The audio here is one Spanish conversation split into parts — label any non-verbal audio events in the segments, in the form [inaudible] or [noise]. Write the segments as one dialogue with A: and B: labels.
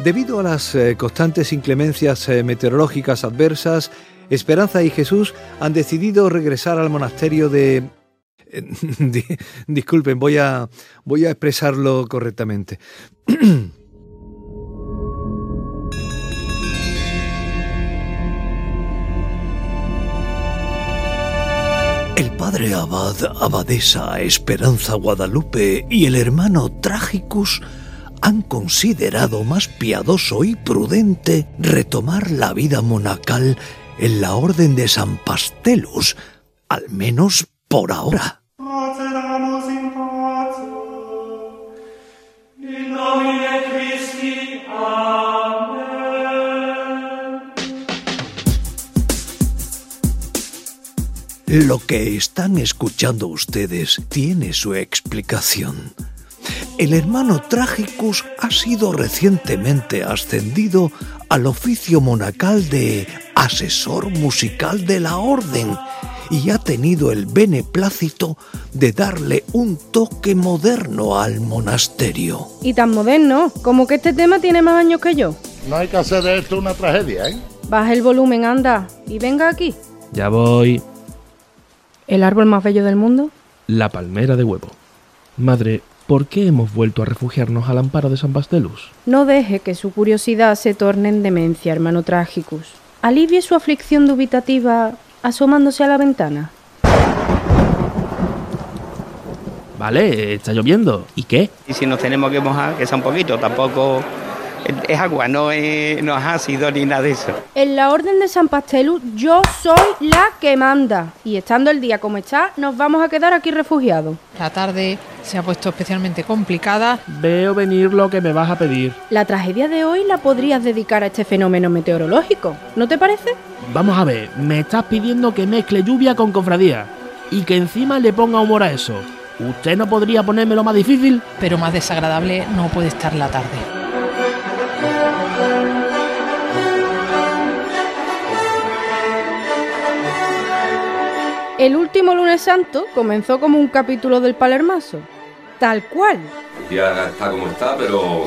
A: Debido a las eh, constantes inclemencias eh, meteorológicas adversas, Esperanza y Jesús han decidido regresar al monasterio de... eh, [laughs] Di- Disculpen, voy a, voy a expresarlo correctamente. El padre abad, abadesa Esperanza Guadalupe y el hermano Tragicus han considerado más piadoso y prudente retomar la vida monacal en la orden de San Pastelus, al menos por ahora.
B: Adoramus in pace. In nomine Christi. Amen.
A: Lo que están escuchando ustedes tiene su explicación. El hermano Tragicus ha sido recientemente ascendido al oficio monacal de asesor musical de la orden y ha tenido el beneplácito de darle un toque moderno al monasterio.
C: Y tan moderno, como que este tema tiene más años que yo.
D: No hay que hacer de esto una tragedia, ¿eh?
C: Baja el volumen, anda, y venga aquí.
E: Ya voy.
C: El árbol más bello del mundo.
E: La palmera de huevo. Madre, ¿por qué hemos vuelto a refugiarnos al amparo de San Pastelus?
C: No deje que su curiosidad se torne en demencia, hermano Tragicus. Alivie su aflicción dubitativa asomándose a la ventana.
E: Vale, está lloviendo. ¿Y qué?
F: Y si nos tenemos que mojar, que sea un poquito, tampoco es agua, no es, no es ácido ni nada de eso.
C: En la Orden de San Pastelus yo soy la que manda. Y estando el día como está, nos vamos a quedar aquí refugiados.
G: La tarde se ha puesto especialmente complicada.
E: Veo venir lo que me vas a pedir.
C: La tragedia de hoy la podrías dedicar a este fenómeno meteorológico, ¿no te parece?
E: Vamos a ver, me estás pidiendo que mezcle lluvia con cofradía y que encima le ponga humor a eso. ¿Usted no podría ponérmelo más difícil?
G: pero más desagradable no puede estar la tarde.
C: El último lunes santo comenzó como un capítulo del Palermazo. Tal cual.
H: Ya está como está, pero.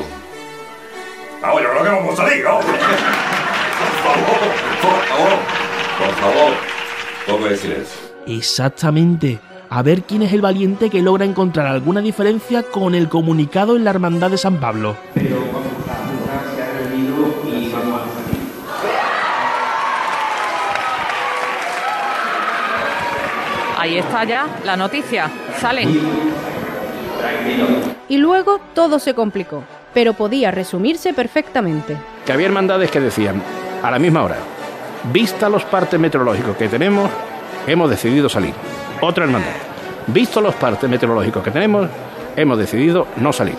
B: Ah, bueno, lo que vamos a
H: [laughs]
B: salir, ¿no?
H: Por favor, por favor, poco de silencio.
E: Exactamente. A ver quién es el valiente que logra encontrar alguna diferencia con el comunicado en la Hermandad de San Pablo.
G: Ahí está ya la noticia. Sale.
C: Y luego todo se complicó, pero podía resumirse perfectamente.
I: que había hermandades que decían, a la misma hora, vista los partes meteorológicos que tenemos, hemos decidido salir. Otra hermandad, visto los partes meteorológicos que tenemos, hemos decidido no salir.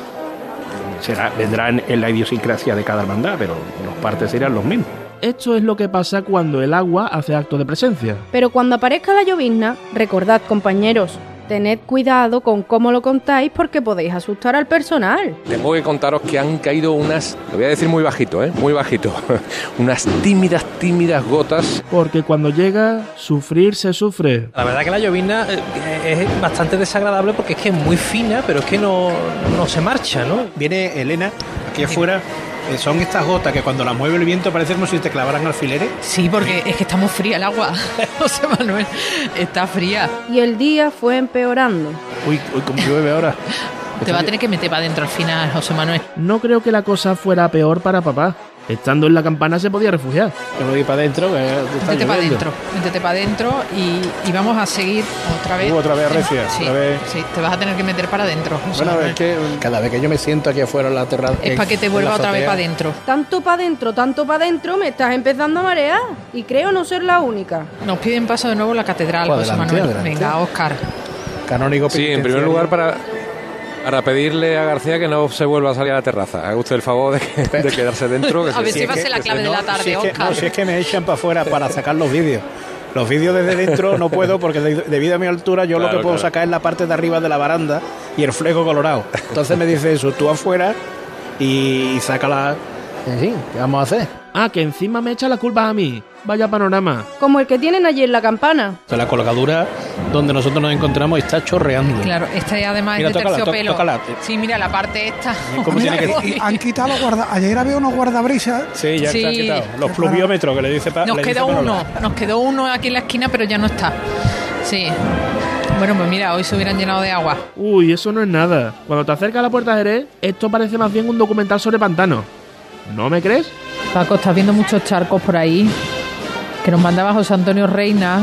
I: Será, vendrán en la idiosincrasia de cada hermandad, pero los partes serán los mismos.
E: Esto es lo que pasa cuando el agua hace acto de presencia.
C: Pero cuando aparezca la llovizna, recordad compañeros, tened cuidado con cómo lo contáis porque podéis asustar al personal.
H: Tengo que contaros que han caído unas, lo voy a decir muy bajito, ¿eh? Muy bajito. [laughs] unas tímidas, tímidas gotas.
E: Porque cuando llega, sufrir se sufre.
J: La verdad que la llovina eh, es bastante desagradable porque es que es muy fina, pero es que no, no se marcha, ¿no?
K: Viene Elena, aquí afuera. eh, son estas gotas que cuando las mueve el viento parece como si te clavaran alfileres.
G: Sí, porque es que está muy fría el agua. [laughs] José Manuel, está fría.
C: Y el día fue empeorando.
I: Uy, uy, cómo llueve ahora.
G: Te va a tener que meter para adentro al final, José Manuel.
E: No creo que la cosa fuera peor para papá. Estando en la campana se podía refugiar.
K: Que voy para adentro. que está
G: Métete para
K: lloviendo.
G: adentro. Métete para adentro y, y vamos a seguir otra vez.
K: Uh, otra vez recia,
G: Sí,
K: otra vez.
G: sí, te vas a tener que meter para adentro, José
K: Bueno,
G: Manuel.
K: es que cada vez que yo me siento aquí afuera en la terraza.
G: Es para que te
K: en la
G: vuelva otra vez
K: azotea,
G: para adentro.
C: Tanto para adentro, tanto para adentro, me estás empezando a marear. Y creo no ser la única.
G: Nos piden paso de nuevo la catedral,
K: Pues
G: José
K: adelante,
G: Manuel.
K: adelante.
G: Venga, Oscar.
K: Canónigo
H: Sí, en primer
K: penitenciario.
H: lugar, para, para pedirle a García que no se vuelva a salir a la terraza. Haga usted el favor de, que- de quedarse dentro. Que
G: [laughs] A ver si va a
H: que-
G: ser la
H: que
G: clave de la tarde,
K: si es que,
G: Oscar.
K: no, si es que me echan para afuera para sacar los vídeos. Los vídeos desde dentro no puedo porque de- debido a mi altura yo lo
H: Claro,
K: que puedo
H: claro.
K: sacar es la parte de arriba de la baranda y el fleco colorado. Entonces me dice eso, tú afuera y, saca la... En fin, ¿qué vamos a hacer?
E: Ah, que encima me echa la culpa a mí. Vaya panorama.
C: Como el que tienen allí en la campana.
K: O sea, la colgadura donde nosotros nos encontramos está chorreando.
G: Claro, este además
K: Mira,
G: es de
K: tócala, to-
G: terciopelo.
K: tócala.
G: Sí, mira la parte esta.
K: Mira, tiene
G: [laughs]
K: que-
L: Y- y han quitado los guarda... Ayer había unos guardabrisas.
K: Sí, ya
G: Sí.
K: está quitado. Los pluviómetros que le dice pa-
G: Nos
K: le dice
G: queda
K: Manolo.
G: uno, nos quedó uno aquí en la esquina, pero ya no está. Sí. Bueno, pues mira, hoy se hubieran llenado de agua.
E: Uy, eso no es nada. Cuando te acercas a la puerta Jerez, esto parece más bien un documental sobre pantanos. ¿No me crees?
G: Paco, estás viendo muchos charcos por ahí que nos mandaba José Antonio Reina.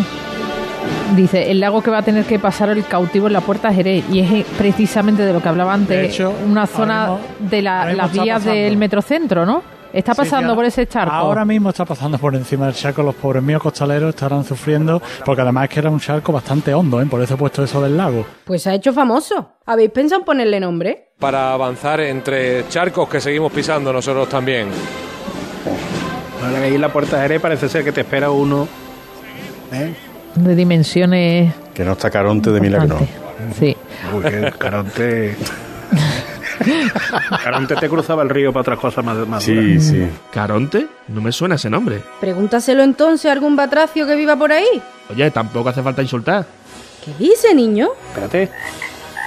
G: Dice, el lago que va a tener que pasar el cautivo en la puerta Jerez. Y es eh, precisamente de lo que hablaba antes,
M: De hecho,
G: una
M: ahora
G: zona
M: mismo-
G: de la-
M: ahora mismo
G: las
M: está
G: vías
M: pasando.
G: del metrocentro, ¿no? Está
M: Sí,
G: pasando
M: ahora-
G: por ese charco.
M: Ahora mismo está pasando por encima del charco. Los pobres míos costaleros estarán sufriendo porque además es que era un charco bastante hondo, ¿eh? por eso he puesto eso del lago.
C: Pues se ha hecho famoso. ¿Habéis pensado en ponerle nombre?
H: Para avanzar entre charcos que seguimos pisando nosotros también.
I: Ahora que hay en la puerta de Jerez parece ser que te espera uno.
G: De dimensiones...
I: Que no está Caronte de milagro.
G: Sí.
I: Uy, que Caronte. Caronte te cruzaba el río para otras cosas más, más duras.
E: ¿Caronte? No me suena ese nombre.
C: Pregúntaselo entonces a algún batracio que viva por ahí.
E: Oye, tampoco hace falta insultar.
C: ¿Qué dice, niño?
I: Espérate,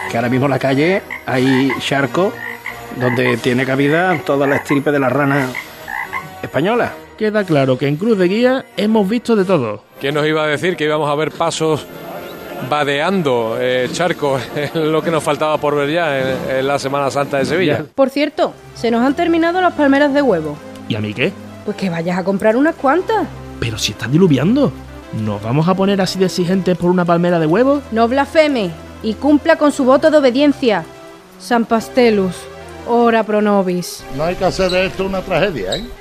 I: que ahora mismo en la calle hay charco donde tiene cabida toda la estirpe de la rana española.
E: Queda claro que en Cruz de Guía hemos visto de todo.
H: ¿Quién nos iba a decir que íbamos a ver pasos badeando eh, charcos? [laughs] lo que nos faltaba por ver ya en, en la Semana Santa de Sevilla.
C: Por cierto, se nos han terminado las palmeras de huevo.
E: ¿Y a mí qué?
C: Pues que vayas a comprar unas cuantas.
E: Pero si está diluviando. ¿Nos vamos a poner así de exigentes por una palmera de huevos?
C: No blasfeme y cumpla con su voto de obediencia. San Pastelus, ora pro nobis.
D: No hay que hacer de esto una tragedia, ¿eh?